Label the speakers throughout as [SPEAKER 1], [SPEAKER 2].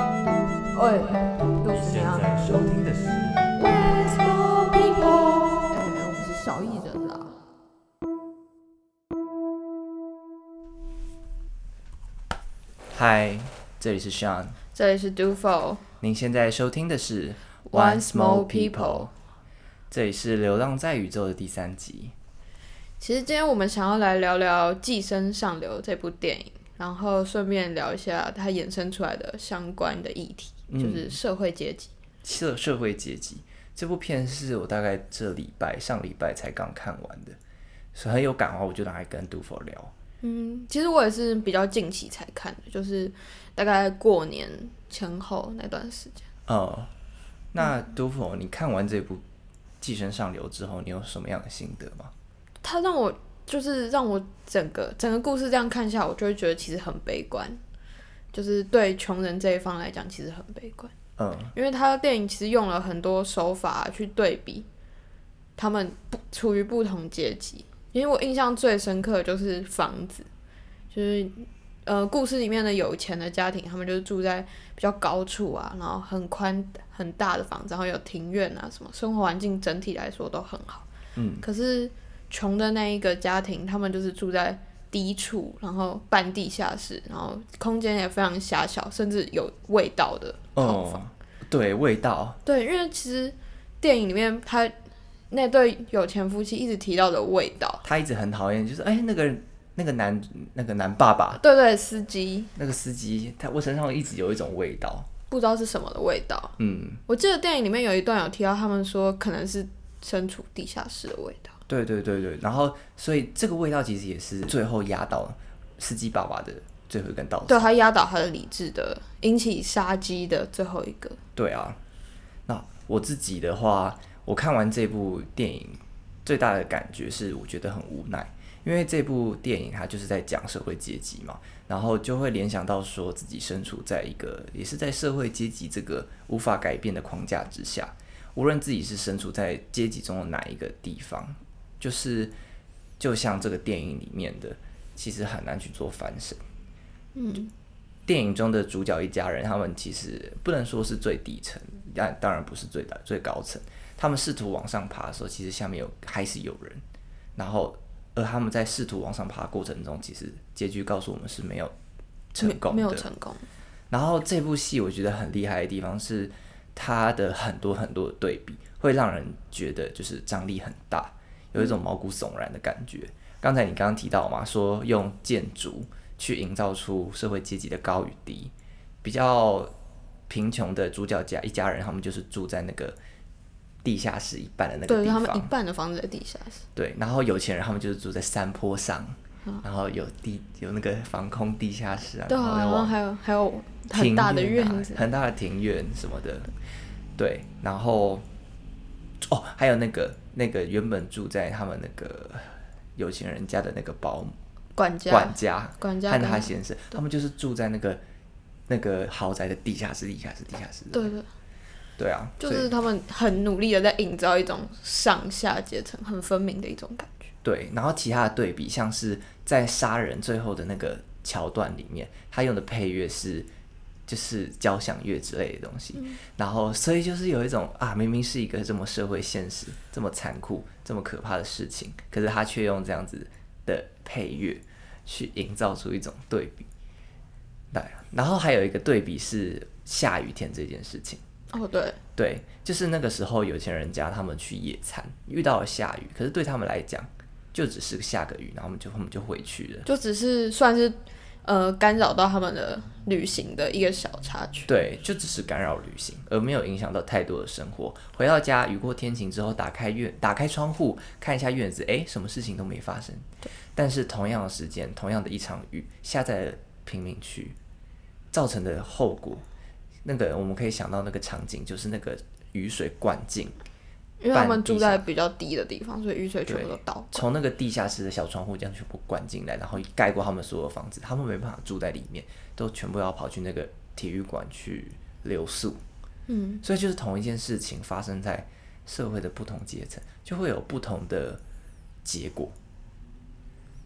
[SPEAKER 1] 哎、又
[SPEAKER 2] 你
[SPEAKER 1] 是那
[SPEAKER 2] 现
[SPEAKER 1] 样。
[SPEAKER 2] 在收听的是，
[SPEAKER 1] 哎，我们是小艺人啦。
[SPEAKER 2] 嗨，这里是 Sean，
[SPEAKER 3] 这里是 Dufo，
[SPEAKER 2] 您现在收听的是
[SPEAKER 3] Once More People
[SPEAKER 2] 这里是《流浪在宇宙》的第三集。
[SPEAKER 3] 其实今天我们想要来聊聊《寄生上流》这部电影，然后顺便聊一下它衍生出来的相关的议题，就是社会阶级。
[SPEAKER 2] 社社会阶级这部片是我大概这礼拜上礼拜才刚看完的，所以很有感的话，我就拿来跟杜佛聊。
[SPEAKER 3] 嗯，其实我也是比较近期才看的，就是大概过年前后那段时间。
[SPEAKER 2] 呃，那杜佛，你看完这部《寄生上流》之后，你有什么样的心得吗？
[SPEAKER 3] 它让我就是让我整个整个故事这样看下来，我就会觉得其实很悲观，就是对穷人这一方来讲，其实很悲观。
[SPEAKER 2] 嗯，
[SPEAKER 3] 因为他的电影其实用了很多手法去对比他们不处于不同阶级。因为我印象最深刻的就是房子，就是呃故事里面的有钱的家庭，他们就是住在比较高处啊，然后很宽很大的房子，然后有庭院啊什么，生活环境整体来说都很好。
[SPEAKER 2] 嗯，
[SPEAKER 3] 可是穷的那一个家庭，他们就是住在低处，然后半地下室，然后空间也非常狭小，甚至有味道的套房。
[SPEAKER 2] 哦，对，味道，
[SPEAKER 3] 对，因为其实电影里面他那对有钱夫妻一直提到的味道，
[SPEAKER 2] 他一直很讨厌，就是哎，那个那个男那个男爸爸，
[SPEAKER 3] 对对，司机
[SPEAKER 2] 那个司机，他我身上一直有一种味道，
[SPEAKER 3] 不知道是什么的味道。
[SPEAKER 2] 嗯，
[SPEAKER 3] 我记得电影里面有一段有提到，他们说可能是身处地下室的味道。
[SPEAKER 2] 对对对对，然后所以这个味道其实也是最后压到司机爸爸的最后一根稻草，
[SPEAKER 3] 对他压倒他的理智的，引起杀机的最后一个。
[SPEAKER 2] 对啊，那我自己的话，我看完这部电影最大的感觉是，我觉得很无奈，因为这部电影它就是在讲社会阶级嘛，然后就会联想到说自己身处在一个也是在社会阶级这个无法改变的框架之下，无论自己是身处在阶级中的哪一个地方，就是就像这个电影里面的，其实很难去做翻身。
[SPEAKER 3] 嗯
[SPEAKER 2] 电影中的主角一家人，他们其实不能说是最底层，但当然不是最大最高层。他们试图往上爬的时候，其实下面有还是有人。然后，而他们在试图往上爬的过程中，其实结局告诉我们是没有成功的，
[SPEAKER 3] 没没有成功。
[SPEAKER 2] 然后这部戏我觉得很厉害的地方是它的很多很多的对比，会让人觉得就是张力很大，有一种毛骨悚然的感觉。刚才你刚刚提到嘛，说用建筑去营造出社会阶级的高与低，比较贫穷的主角家一家人，他们就是住在那个地下室一半的那个
[SPEAKER 3] 对
[SPEAKER 2] 地
[SPEAKER 3] 他
[SPEAKER 2] 方，
[SPEAKER 3] 们一半的房子在地下室。
[SPEAKER 2] 对，然后有钱人他们就是住在山坡上，然后有地有那个防空地下室啊，
[SPEAKER 3] 嗯对啊，
[SPEAKER 2] 然
[SPEAKER 3] 然
[SPEAKER 2] 后
[SPEAKER 3] 后
[SPEAKER 2] 往
[SPEAKER 3] 还有还有
[SPEAKER 2] 庭
[SPEAKER 3] 很大的
[SPEAKER 2] 院啊
[SPEAKER 3] 院子。
[SPEAKER 2] 很大的庭院什么的，对，然后哦，还有那个那个原本住在他们那个有钱人家的那个保姆
[SPEAKER 3] 管家，
[SPEAKER 2] 管家，
[SPEAKER 3] 管家
[SPEAKER 2] 和
[SPEAKER 3] 跟
[SPEAKER 2] 他先生，他们就是住在那个那个豪宅的地下室，地下室，地下室，
[SPEAKER 3] 对对，
[SPEAKER 2] 对啊，
[SPEAKER 3] 就
[SPEAKER 2] 所以
[SPEAKER 3] 是他们很努力的在营造一种上下阶层很分明的一种感觉。
[SPEAKER 2] 对，然后其他的对比，像是在杀人最后的那个桥段里面，他用的配乐是就是交响乐之类的东西，然后所以就是有一种啊，明明是一个这么社会现实、这么残酷、这么可怕的事情，可是他却用这样子的配乐去营造出一种对比。对，啊然后还有一个对比是下雨天这件事情。
[SPEAKER 3] 哦，对，
[SPEAKER 2] 对，就是那个时候有钱人家他们去野餐，遇到了下雨，可是对他们来讲，就只是下个雨，然后他们就他们就回去了。
[SPEAKER 3] 就只是算是呃干扰到他们的旅行的一个小插曲。
[SPEAKER 2] 对，就只是干扰旅行，而没有影响到太多的生活。回到家，雨过天晴之后，打开院，打开窗户，看一下院子，诶，什么事情都没发生。但是同样的时间，同样的一场雨，下在了贫民区，造成的后果，那个我们可以想到那个场景，就是那个雨水灌进
[SPEAKER 3] 因为他们
[SPEAKER 2] 半地
[SPEAKER 3] 住在比较低的地方，所以雨水全部都倒。
[SPEAKER 2] 从那个地下室的小窗户这样全部灌进来，然后盖过他们所有房子，他们没办法住在里面，都全部要跑去那个体育馆去留宿。
[SPEAKER 3] 嗯，
[SPEAKER 2] 所以就是同一件事情发生在社会的不同阶层，就会有不同的结果。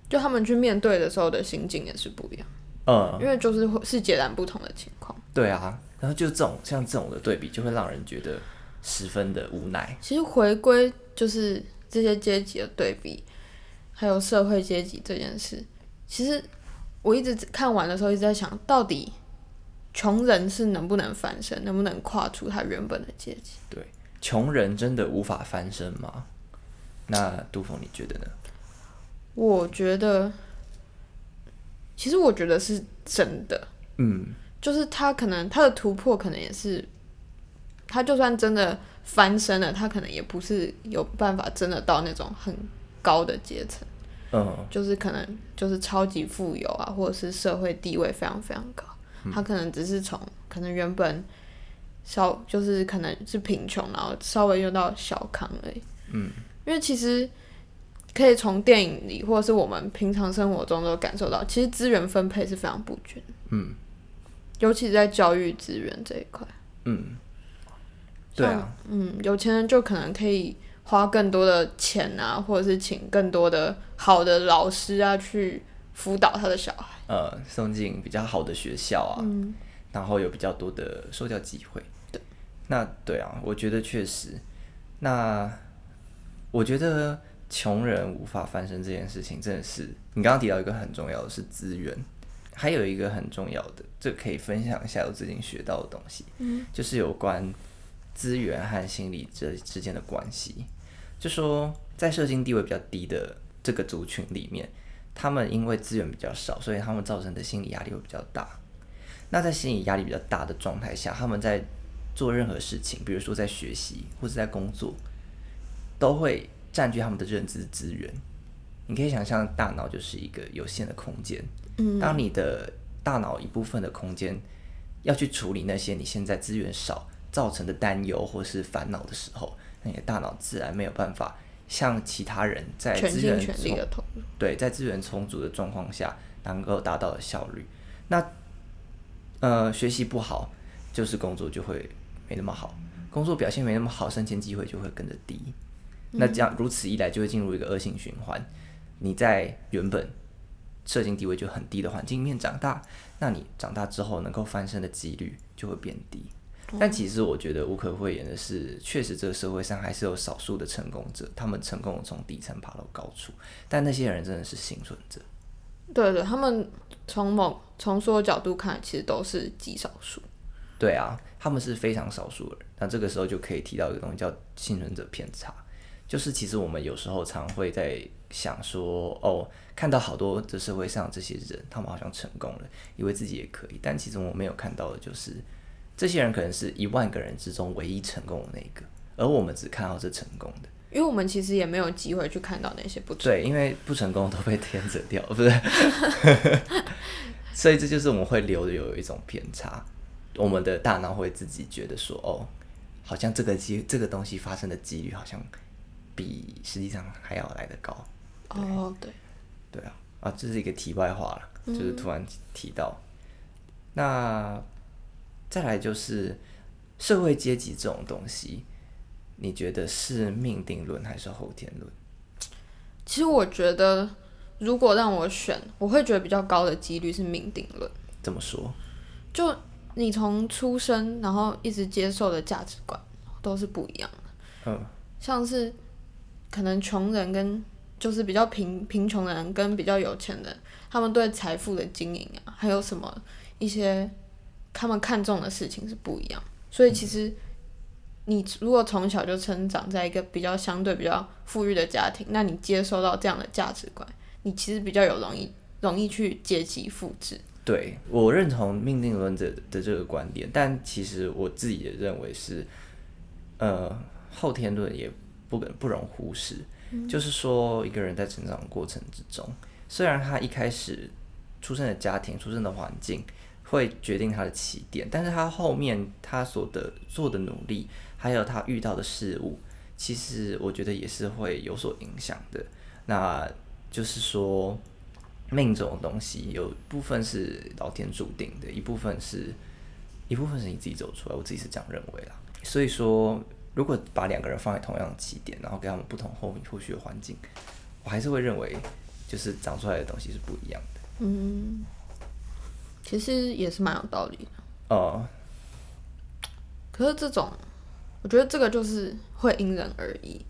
[SPEAKER 3] 就他们去面对的时候的心境也是不一样，
[SPEAKER 2] 嗯，
[SPEAKER 3] 因为就是会是截然不同的情况。
[SPEAKER 2] 对啊，然后就这种像这种的对比，就会让人觉得十分的无奈。
[SPEAKER 3] 其实回归就是这些阶级的对比，还有社会阶级这件事。其实我一直看完的时候一直在想，到底穷人是能不能翻身，能不能跨出他原本的阶级？
[SPEAKER 2] 穷人真的无法翻身吗？那杜峰你觉得呢？
[SPEAKER 3] 我觉得，其实我觉得是真的，
[SPEAKER 2] 嗯，
[SPEAKER 3] 就是他可能他的突破可能也是，他就算真的翻身了，他可能也不是有办法真的到那种很高的阶层。
[SPEAKER 2] 嗯，
[SPEAKER 3] 就是可能就是超级富有啊，或者是社会地位非常非常高，他可能只是从可能原本稍就是可能是贫穷，然后稍微用到小康而已。嗯，因为其实可以从电影里或者是我们平常生活中都感受到，其实资源分配是非常不均。嗯，尤其在教育资源这一块。
[SPEAKER 2] 对啊，
[SPEAKER 3] 嗯，有钱人就可能可以花更多的钱啊，或者是请更多的好的老师啊去辅导他的小孩。
[SPEAKER 2] 呃，送进比较好的学校啊，然后有比较多的受教机会。那对啊，我觉得确实。那我觉得穷人无法翻身这件事情，真的是你刚刚提到一个很重要的是资源，还有一个很重要的，这可以分享一下我最近学到的东西，嗯、就是有关资源和心理这之间的关系。就说在社经地位比较低的这个族群里面，他们因为资源比较少，所以他们造成的心理压力会比较大。那在心理压力比较大的状态下，他们在做任何事情，比如说在学习或者在工作，都会占据他们的认知资源。你可以想象，大脑就是一个有限的空间。嗯，当你的大脑一部分的空间要去处理那些你现在资源少造成的担忧或是烦恼的时候，那你的大脑自然没有办法像其他人在
[SPEAKER 3] 全
[SPEAKER 2] 资
[SPEAKER 3] 心
[SPEAKER 2] 源
[SPEAKER 3] 全力
[SPEAKER 2] 充
[SPEAKER 3] 的投入。
[SPEAKER 2] 对，在资源充足的状况下能够达到的效率。那呃，学习不好，就是工作就会没那么好，工作表现没那么好，升迁机会就会跟着低。那这样如此一来，就会进入一个恶性循环。你在原本社经地位就很低的环境里面长大，那你长大之后能够翻身的几率就会变低。但其实我觉得无可讳言的是，确实这个社会上还是有少数的成功者，他们成功地从底层爬到高处，但那些人真的是幸存者。
[SPEAKER 3] 对对，他们从某从所有角度看，其实都是极少数。
[SPEAKER 2] 对啊，他们是非常少数的人。那这个时候就可以提到一个东西叫幸存者偏差，就是其实我们有时候常会在想说，哦，看到好多这社会上这些人，他们好像成功了，以为自己也可以，但其实我们没有看到的就是，这些人可能是一万个人之中唯一成功的那一个，而我们只看到这成功的。
[SPEAKER 3] 因为我们其实也没有机会去看到那些不
[SPEAKER 2] 对，因为不成功都被天择掉，不是？ 所以这就是我们会留的有一种偏差，我们的大脑会自己觉得说，哦，好像这个机这个东西发生的几率好像比实际上还要来得高，
[SPEAKER 3] 哦，对，
[SPEAKER 2] 对啊，啊，这是一个题外话了，就是突然提到，那再来就是社会阶级这种东西，你觉得是命定论还是后天论？
[SPEAKER 3] 其实我觉得，如果让我选，我会觉得比较高的几率是命定论。
[SPEAKER 2] 这么说？
[SPEAKER 3] 就你从出生，然后一直接受的价值观都是不一样的。
[SPEAKER 2] 嗯，
[SPEAKER 3] 像是可能穷人跟就是比较贫贫穷的人跟比较有钱人，他们对财富的经营啊，还有什么一些他们看重的事情是不一样。所以其实你如果从小就成长在一个比较相对比较富裕的家庭，那你接收到这样的价值观，你其实比较有容易容易去阶级复制。
[SPEAKER 2] 对我认同命定论者的这个观点，但其实我自己也认为是，呃，后天论也不可不容忽视。就是说，一个呃人在成长过程之中，虽然他一开始出生的家庭、出生的环境会决定他的起点，但是他后面他所的做的努力，还有他遇到的事物，其实我觉得也是会有所影响的。那就是说，命这种东西，有部分是老天注定的，一部分是，一部分是你自己走出来。我自己是这样认为啦。所以说，如果把两个人放在同样的起点，然后给他们不同后后续的环境，我还是会认为，就是长出来的东西是不一样的。
[SPEAKER 3] 其实也是蛮有道理的。
[SPEAKER 2] 呃，
[SPEAKER 3] 可是这种，我觉得这个就是会因人而异。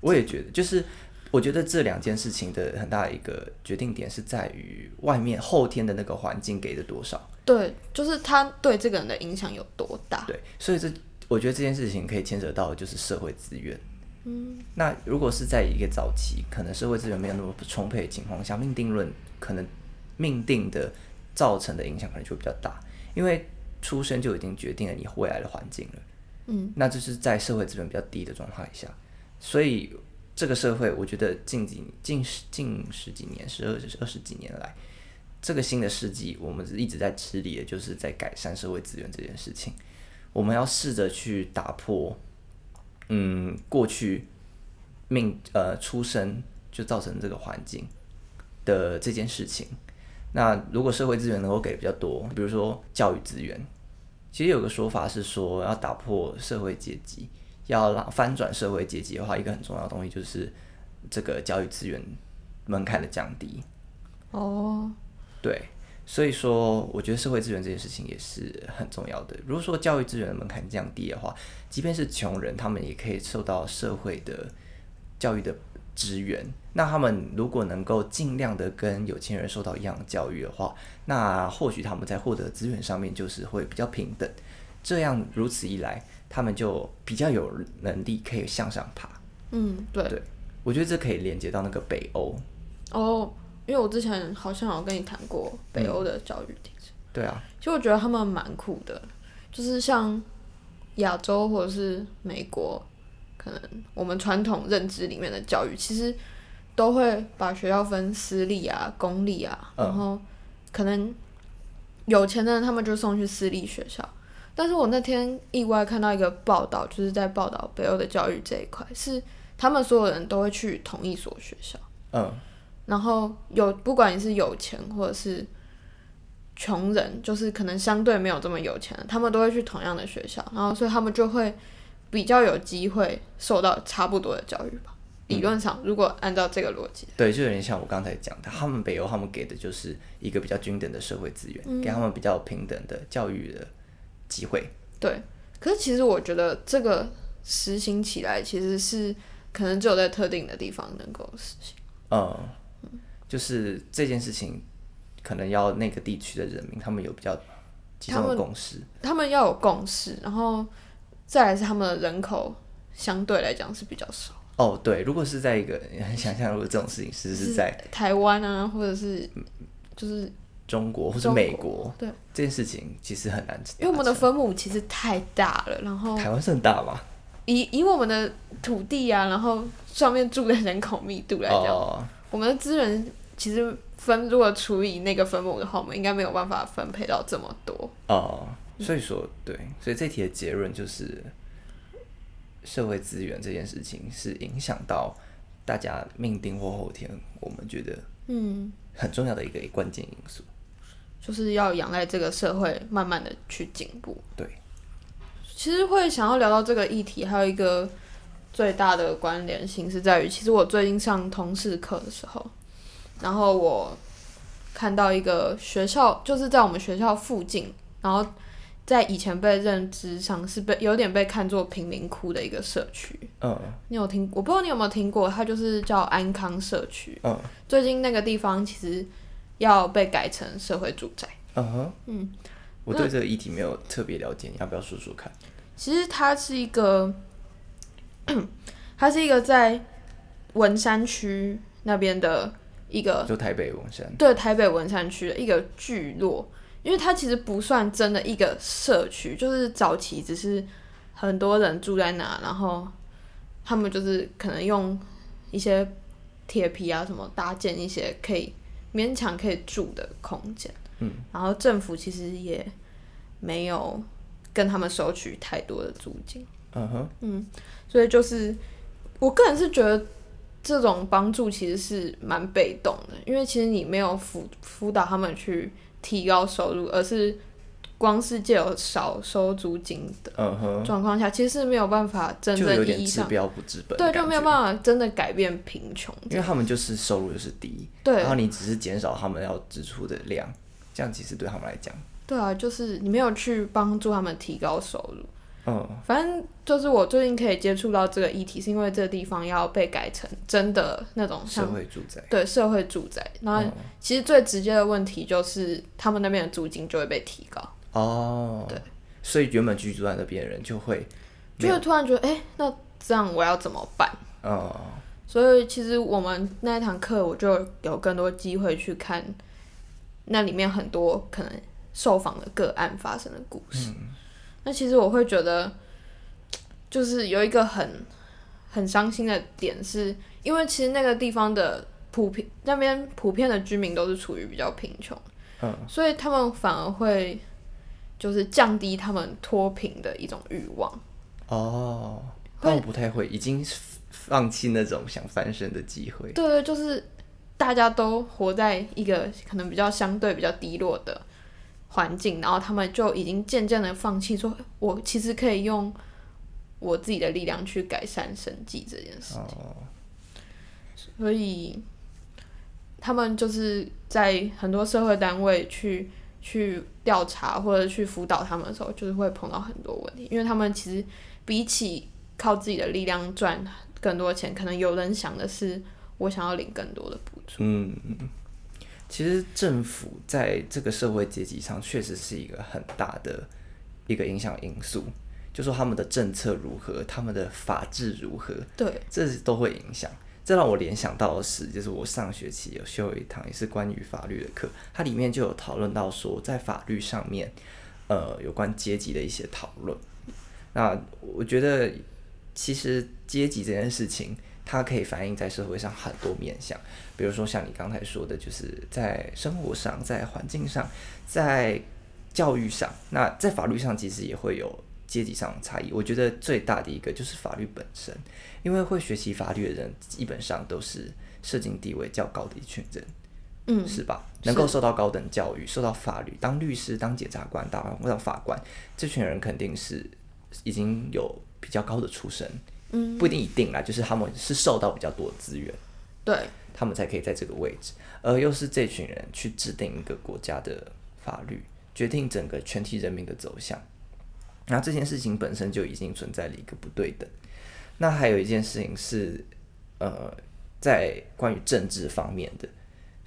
[SPEAKER 2] 我也觉得，就是我觉得这两件事情的很大的一个决定点是在于外面后天的那个环境给的多少。
[SPEAKER 3] 对，就是他对这个人的影响有多大？
[SPEAKER 2] 对，所以这我觉得这件事情可以牵扯到的就是社会资源。嗯，那如果是在一个早期，可能社会资源没有那么充沛的情况下，命定论可能命定的造成的影响可能就会比较大，因为出生就已经决定了你未来的环境了。嗯，那就是在社会资源比较低的状态下，所以这个社会，我觉得近几近十近十几年、十二二十几年来，这个新的世纪，我们一直在吃力的就是在改善社会资源这件事情。我们要试着去打破，嗯，过去命呃出生就造成这个环境的这件事情。那如果社会资源能够给比较多，比如说教育资源，其实有个说法是说要打破社会阶级，要让翻转社会阶级的话，一个很重要的东西就是这个教育资源门槛的降低。
[SPEAKER 3] 哦，
[SPEAKER 2] 对，所以说我觉得社会资源这件事情也是很重要的。如果说教育资源的门槛降低的话，即便是穷人，他们也可以受到社会的教育的支援。那他们如果能够尽量的跟有钱人受到一样的教育的话，那或许他们在获得资源上面就是会比较平等。这样如此一来，他们就比较有能力可以向上爬。
[SPEAKER 3] 嗯，对，
[SPEAKER 2] 对我觉得这可以连接到那个北欧。
[SPEAKER 3] 哦，因为我之前好像有跟你谈过北欧的教育体制，
[SPEAKER 2] 对啊，
[SPEAKER 3] 其实我觉得他们蛮酷的，就是像亚洲或者是美国，可能我们传统认知里面的教育，其实都会把学校分私立啊、公立啊，
[SPEAKER 2] 嗯
[SPEAKER 3] 然后可能有钱的人他们就送去私立学校。但是我那天意外看到一个报道，就是在报道北欧的教育这一块，是他们所有人都会去同一所学校。
[SPEAKER 2] 嗯，
[SPEAKER 3] 然后有不管你是有钱或者是穷人，就是可能相对没有这么有钱的，他们都会去同样的学校，然后所以他们就会比较有机会受到差不多的教育吧。理论上，如果按照这个逻辑，
[SPEAKER 2] 对，就有点像我刚才讲的，他们北欧他们给的就是一个比较均等的社会资源，
[SPEAKER 3] 嗯
[SPEAKER 2] 给他们比较平等的教育的机会。
[SPEAKER 3] 对。可是其实我觉得这个实行起来其实是可能只有在特定的地方能够实行。
[SPEAKER 2] 嗯，就是这件事情可能要那个地区的人民他们有比较集中
[SPEAKER 3] 他
[SPEAKER 2] 的
[SPEAKER 3] 们
[SPEAKER 2] 共识。
[SPEAKER 3] 他们要有共识，然后再来是他们的人口相对来讲是比较少，
[SPEAKER 2] 哦，对，如果是在一个，你很想象如果这种事情是是在
[SPEAKER 3] 台湾啊，或者是就是
[SPEAKER 2] 中国或是
[SPEAKER 3] 中
[SPEAKER 2] 美
[SPEAKER 3] 国
[SPEAKER 2] 国，
[SPEAKER 3] 对，
[SPEAKER 2] 这件事情其实很难。
[SPEAKER 3] 因为我们的分母其实太大了，然后
[SPEAKER 2] 台湾是很大嘛，
[SPEAKER 3] 以以我们的土地啊，然后上面住的人口密度来讲，
[SPEAKER 2] 哦，
[SPEAKER 3] 我们的资源其实分如果除以那个分母的话，我们应该没有办法分配到这么多。
[SPEAKER 2] 哦，所以说对，所以这题的结论就是，社会资源这件事情是影响到大家命定或后天，我们觉得
[SPEAKER 3] 嗯，
[SPEAKER 2] 很重要的一个关键因素。
[SPEAKER 3] 就是要仰赖这个社会慢慢的去进步。
[SPEAKER 2] 对，
[SPEAKER 3] 其实会想要聊到这个议题，还有一个最大的关联性是在于，其实我最近上通识课的时候，然后我看到一个学校，就是在我们学校附近，然后在以前被认知上是被有点被看作贫民窟的一个社区。
[SPEAKER 2] 嗯
[SPEAKER 3] 你有听？我不知道你有没有听过，它就是叫安康社区。
[SPEAKER 2] 嗯
[SPEAKER 3] 最近那个地方其实要被改成社会住宅。
[SPEAKER 2] 嗯哼，
[SPEAKER 3] 嗯，
[SPEAKER 2] 我对这个议题没有特别了解，你要不要说说看？
[SPEAKER 3] 其实它是一个， 它是一个在文山区那边的一个
[SPEAKER 2] 就台北文山，
[SPEAKER 3] 对台北文山区的一个聚落，因为它其实不算真的一个社区，就是早期只是很多人住在那，然后他们就是可能用一些铁皮啊什么搭建一些可以勉强可以住的空间，
[SPEAKER 2] 嗯，
[SPEAKER 3] 然后政府其实也没有跟他们收取太多的租金。
[SPEAKER 2] 嗯哼，
[SPEAKER 3] 所以就是我个人是觉得这种帮助其实是蛮被动的，因为其实你没有辅辅导他们去提高收入，而是光是借由少收租金的
[SPEAKER 2] 嗯哼，
[SPEAKER 3] 状况下，其实是没有办法真
[SPEAKER 2] 就有
[SPEAKER 3] 正意
[SPEAKER 2] 点
[SPEAKER 3] 义
[SPEAKER 2] 治
[SPEAKER 3] 上
[SPEAKER 2] 标不治本，
[SPEAKER 3] 对，就没有。办法真的改变贫穷。
[SPEAKER 2] 因为他们就是收入就是低，
[SPEAKER 3] 对
[SPEAKER 2] 然后你只是减少他们要支出的量，这样其实对他们来讲，
[SPEAKER 3] 对啊，就是你没有去帮助他们提高收入，
[SPEAKER 2] 嗯，
[SPEAKER 3] 反正就是我最近可以接触到这个议题，是因为这个地方要被改成真的那种
[SPEAKER 2] 社
[SPEAKER 3] 像
[SPEAKER 2] 会住宅，
[SPEAKER 3] 对社会住宅。那
[SPEAKER 2] 嗯
[SPEAKER 3] 其实最直接的问题就是他们那边的租金就会被提高，
[SPEAKER 2] 哦，
[SPEAKER 3] 对，
[SPEAKER 2] 所以原本居住在那边的人就会没
[SPEAKER 3] 就
[SPEAKER 2] 有
[SPEAKER 3] 会突然觉得，哎、那这样我要怎么办？
[SPEAKER 2] 嗯
[SPEAKER 3] 所以其实我们那一堂课，我就有更多机会去看那里面很多可能受访的个案发生的故事。那其实我会觉得，就是有一个很很伤心的点是，因为其实那个地方的普遍那边普遍的居民都是处于比较贫穷，
[SPEAKER 2] 嗯，
[SPEAKER 3] 所以他们反而会就是降低他们脱贫的一种欲望。
[SPEAKER 2] 哦，
[SPEAKER 3] 会
[SPEAKER 2] 但我不太会，已经放弃那种想翻身的机会。
[SPEAKER 3] 对对，就是大家都活在一个可能比较相对比较低落的环境，然后他们就已经渐渐的放弃说，我其实可以用我自己的力量去改善生计这件事，
[SPEAKER 2] 哦，
[SPEAKER 3] 所以他们就是在很多社会单位去去调查或者去辅导他们的时候，就是会碰到很多问题，因为他们其实比起靠自己的力量赚更多钱，可能有人想的是我想要领更多的补助。
[SPEAKER 2] 嗯，其实政府在这个社会阶级上确实是一个很大的一个影响因素，就说他们的政策如何，他们的法治如何，
[SPEAKER 3] 对，
[SPEAKER 2] 这都会影响。这让我联想到的是，就是我上学期有修一堂也是关于法律的课，它里面就有讨论到说，在法律上面，呃，有关阶级的一些讨论。那我觉得，其实阶级这件事情，它可以反映在社会上很多面向，比如说像你刚才说的，就是在生活上、在环境上、在教育上，那在法律上其实也会有阶级上的差异。我觉得最大的一个就是法律本身，因为会学习法律的人基本上都是社经地位较高的一群人，
[SPEAKER 3] 嗯，
[SPEAKER 2] 是吧？
[SPEAKER 3] 是
[SPEAKER 2] 能够受到高等教育、受到法律，当律师、当检察官、当当法官，这群人肯定是已经有比较高的出身，
[SPEAKER 3] 嗯，
[SPEAKER 2] 不一定一定啦，就是他们是受到比较多的资源。
[SPEAKER 3] 对，
[SPEAKER 2] 他们才可以在这个位置，而又是这群人去制定一个国家的法律，决定整个全体人民的走向。那这件事情本身就已经存在了一个不对等。那还有一件事情是，呃，在关于政治方面的，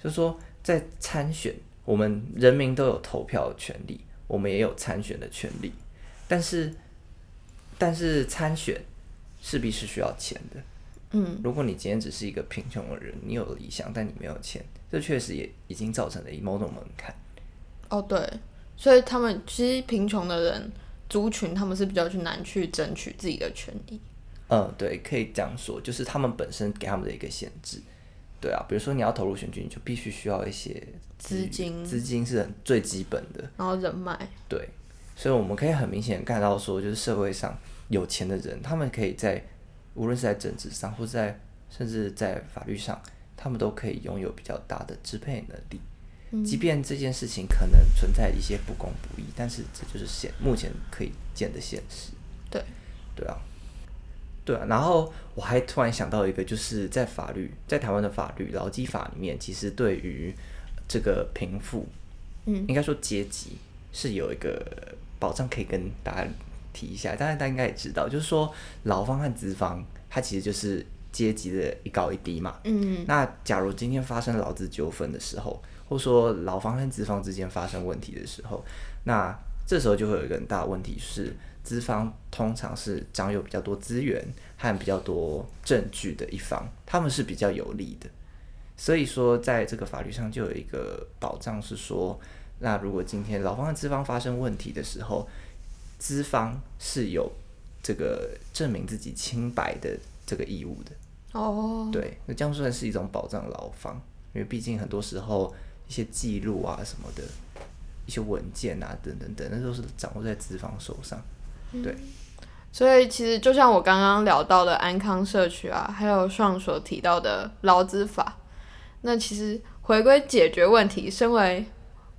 [SPEAKER 2] 就是说在参选，我们人民都有投票的权利，我们也有参选的权利，但是，但是参选势必是需要钱的。
[SPEAKER 3] 嗯，
[SPEAKER 2] 如果你今天只是一个贫穷的人，你有理想，但你没有钱，这确实也已经造成了某种门槛。
[SPEAKER 3] 哦对，所以他们其实贫穷的人族群，他们是比较去难去争取自己的权益。
[SPEAKER 2] 嗯，对，可以这样说，就是他们本身给他们的一个限制。对啊，比如说你要投入选举，你就必须需要一些
[SPEAKER 3] 资
[SPEAKER 2] 源
[SPEAKER 3] 金
[SPEAKER 2] 资金是很最基本的。
[SPEAKER 3] 然后人脉，
[SPEAKER 2] 对，所以我们可以很明显地看到说，就是社会上有钱的人，他们可以在无论是在政治上，或是在甚至在法律上，他们都可以拥有比较大的支配能力。
[SPEAKER 3] 嗯
[SPEAKER 2] 即便这件事情可能存在一些不公不义，但是这就是现目前可以见的现实。
[SPEAKER 3] 对，
[SPEAKER 2] 对啊，对啊。然后我还突然想到一个，就是在法律，在台湾的法律劳基法里面，其实对于这个贫富，
[SPEAKER 3] 嗯，
[SPEAKER 2] 应该说阶级是有一个保障可以跟大家提一下。当然，大家应该也知道，就是说劳方和资方，它其实就是阶级的一高一低嘛。
[SPEAKER 3] 嗯，
[SPEAKER 2] 那假如今天发生劳资纠纷的时候，或说劳方和资方之间发生问题的时候，那这时候就会有一个很大的问题是，资方通常是掌有比较多资源和比较多证据的一方，他们是比较有利的。所以说，在这个法律上就有一个保障是说，那如果今天劳方和资方发生问题的时候，资方是有这个证明自己清白的这个义务的。
[SPEAKER 3] 哦，
[SPEAKER 2] 对，那这样算是一种保障劳方，因为毕竟很多时候一些记录啊什么的，一些文件啊等等等，那都是掌握在资方手上。对，
[SPEAKER 3] 所以其实就像我刚刚聊到的安康社区啊，还有上所提到的劳资法，那其实回归解决问题，身为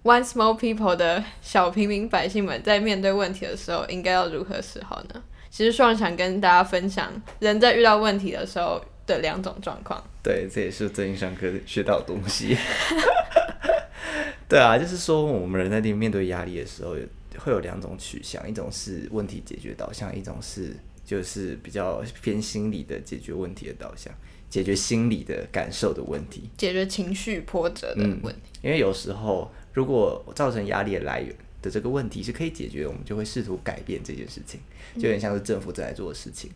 [SPEAKER 3] one small people 的小平民百姓们，在面对问题的时候，应该要如何是好呢？其实双想跟大家分享，人在遇到问题的时候的两种状况。
[SPEAKER 2] 对，这也是最近上课学到的 东西。对啊，就是说我们人在面对压力的时候，有会有两种取向，一种是问题解决导向，一种是就是比较偏心理的解决问题的导向，解决心理的感受的问题。
[SPEAKER 3] 解决情绪波折的问题。
[SPEAKER 2] 嗯因为有时候如果造成压力的来源的这个问题是可以解决的，我们就会试图改变这件事情，就有点像是政府正在做的事情。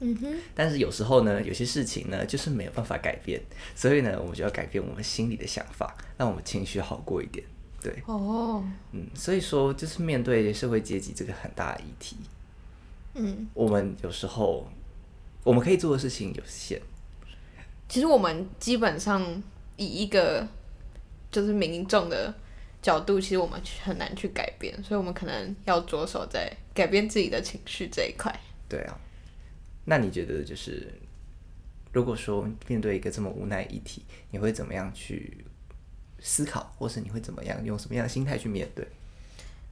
[SPEAKER 3] 嗯哼，
[SPEAKER 2] 但是有时候呢，有些事情呢，就是没有办法改变，所以呢，我们就要改变我们心里的想法，让我们情绪好过一点。对，
[SPEAKER 3] 哦，
[SPEAKER 2] 嗯，所以说就是面对社会阶级这个很大的议题，
[SPEAKER 3] 嗯，
[SPEAKER 2] 我们有时候我们可以做的事情有限，
[SPEAKER 3] 其实我们基本上以一个就是民众的角度，其实我们很难去改变，所以我们可能要着手在改变自己的情绪这一块。
[SPEAKER 2] 对啊。那你觉得就是，如果说面对一个这么无奈的议题，你会怎么样去思考，或是你会怎么样用什么样的心态去面对？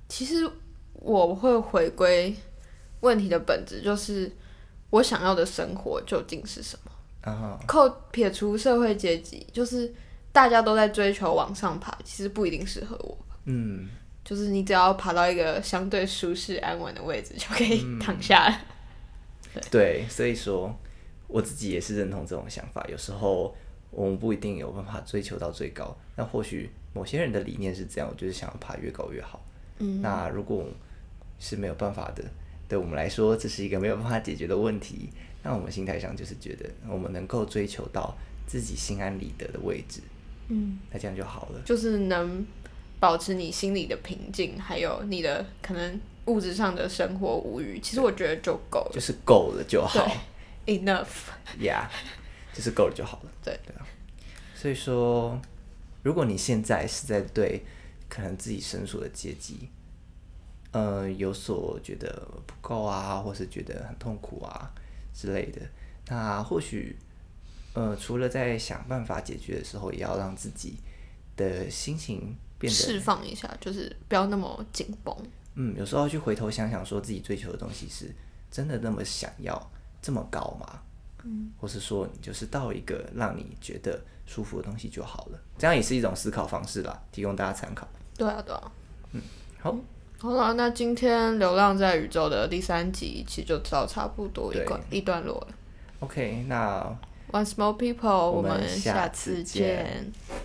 [SPEAKER 3] 其实我会回归问题的本质，就是我想要的生活究竟是什么。
[SPEAKER 2] 然后，
[SPEAKER 3] 扣撇除社会阶级，就是大家都在追求往上爬，其实不一定适合我。
[SPEAKER 2] 嗯，
[SPEAKER 3] 就是你只要爬到一个相对舒适安稳的位置，就可以躺下了。
[SPEAKER 2] 对，所以说我自己也是认同这种想法。有时候我们不一定有办法追求到最高，那或许某些人的理念是这样，我就是想要爬越高越好。嗯，那如果是没有办法的，对我们来说这是一个没有办法解决的问题。那我们心态上就是觉得我们能够追求到自己心安理得的位置，
[SPEAKER 3] 嗯，
[SPEAKER 2] 那这样就好了。
[SPEAKER 3] 就是能保持你心里的平静，还有你的可能物质上的生活无虞，其实我觉得就够了
[SPEAKER 2] 就是够了就好
[SPEAKER 3] ，enough。
[SPEAKER 2] 呀 就是够了就好了。
[SPEAKER 3] 对
[SPEAKER 2] 对啊，所以说，如果你现在是在对可能自己身处的阶级，呃，有所觉得不够啊，或是觉得很痛苦啊之类的，那或许，呃，除了在想办法解决的时候，也要让自己的心情变得
[SPEAKER 3] 释放一下，就是不要那么紧绷。
[SPEAKER 2] 嗯，有时候去回头想想，说自己追求的东西是真的那么想要这么高吗？嗯，或是说你就是到一个让你觉得舒服的东西就好了，这样也是一种思考方式啦，提供大家参考。
[SPEAKER 3] 对啊，对啊。
[SPEAKER 2] 好，
[SPEAKER 3] 好了，那今天《流浪在宇宙》的第三集其实就到差不多一
[SPEAKER 2] 对
[SPEAKER 3] 段一段落了。
[SPEAKER 2] OK，那
[SPEAKER 3] Once more people，
[SPEAKER 2] 我
[SPEAKER 3] 我
[SPEAKER 2] 们
[SPEAKER 3] 们
[SPEAKER 2] 下
[SPEAKER 3] 下
[SPEAKER 2] 次
[SPEAKER 3] 次
[SPEAKER 2] 见
[SPEAKER 3] 见。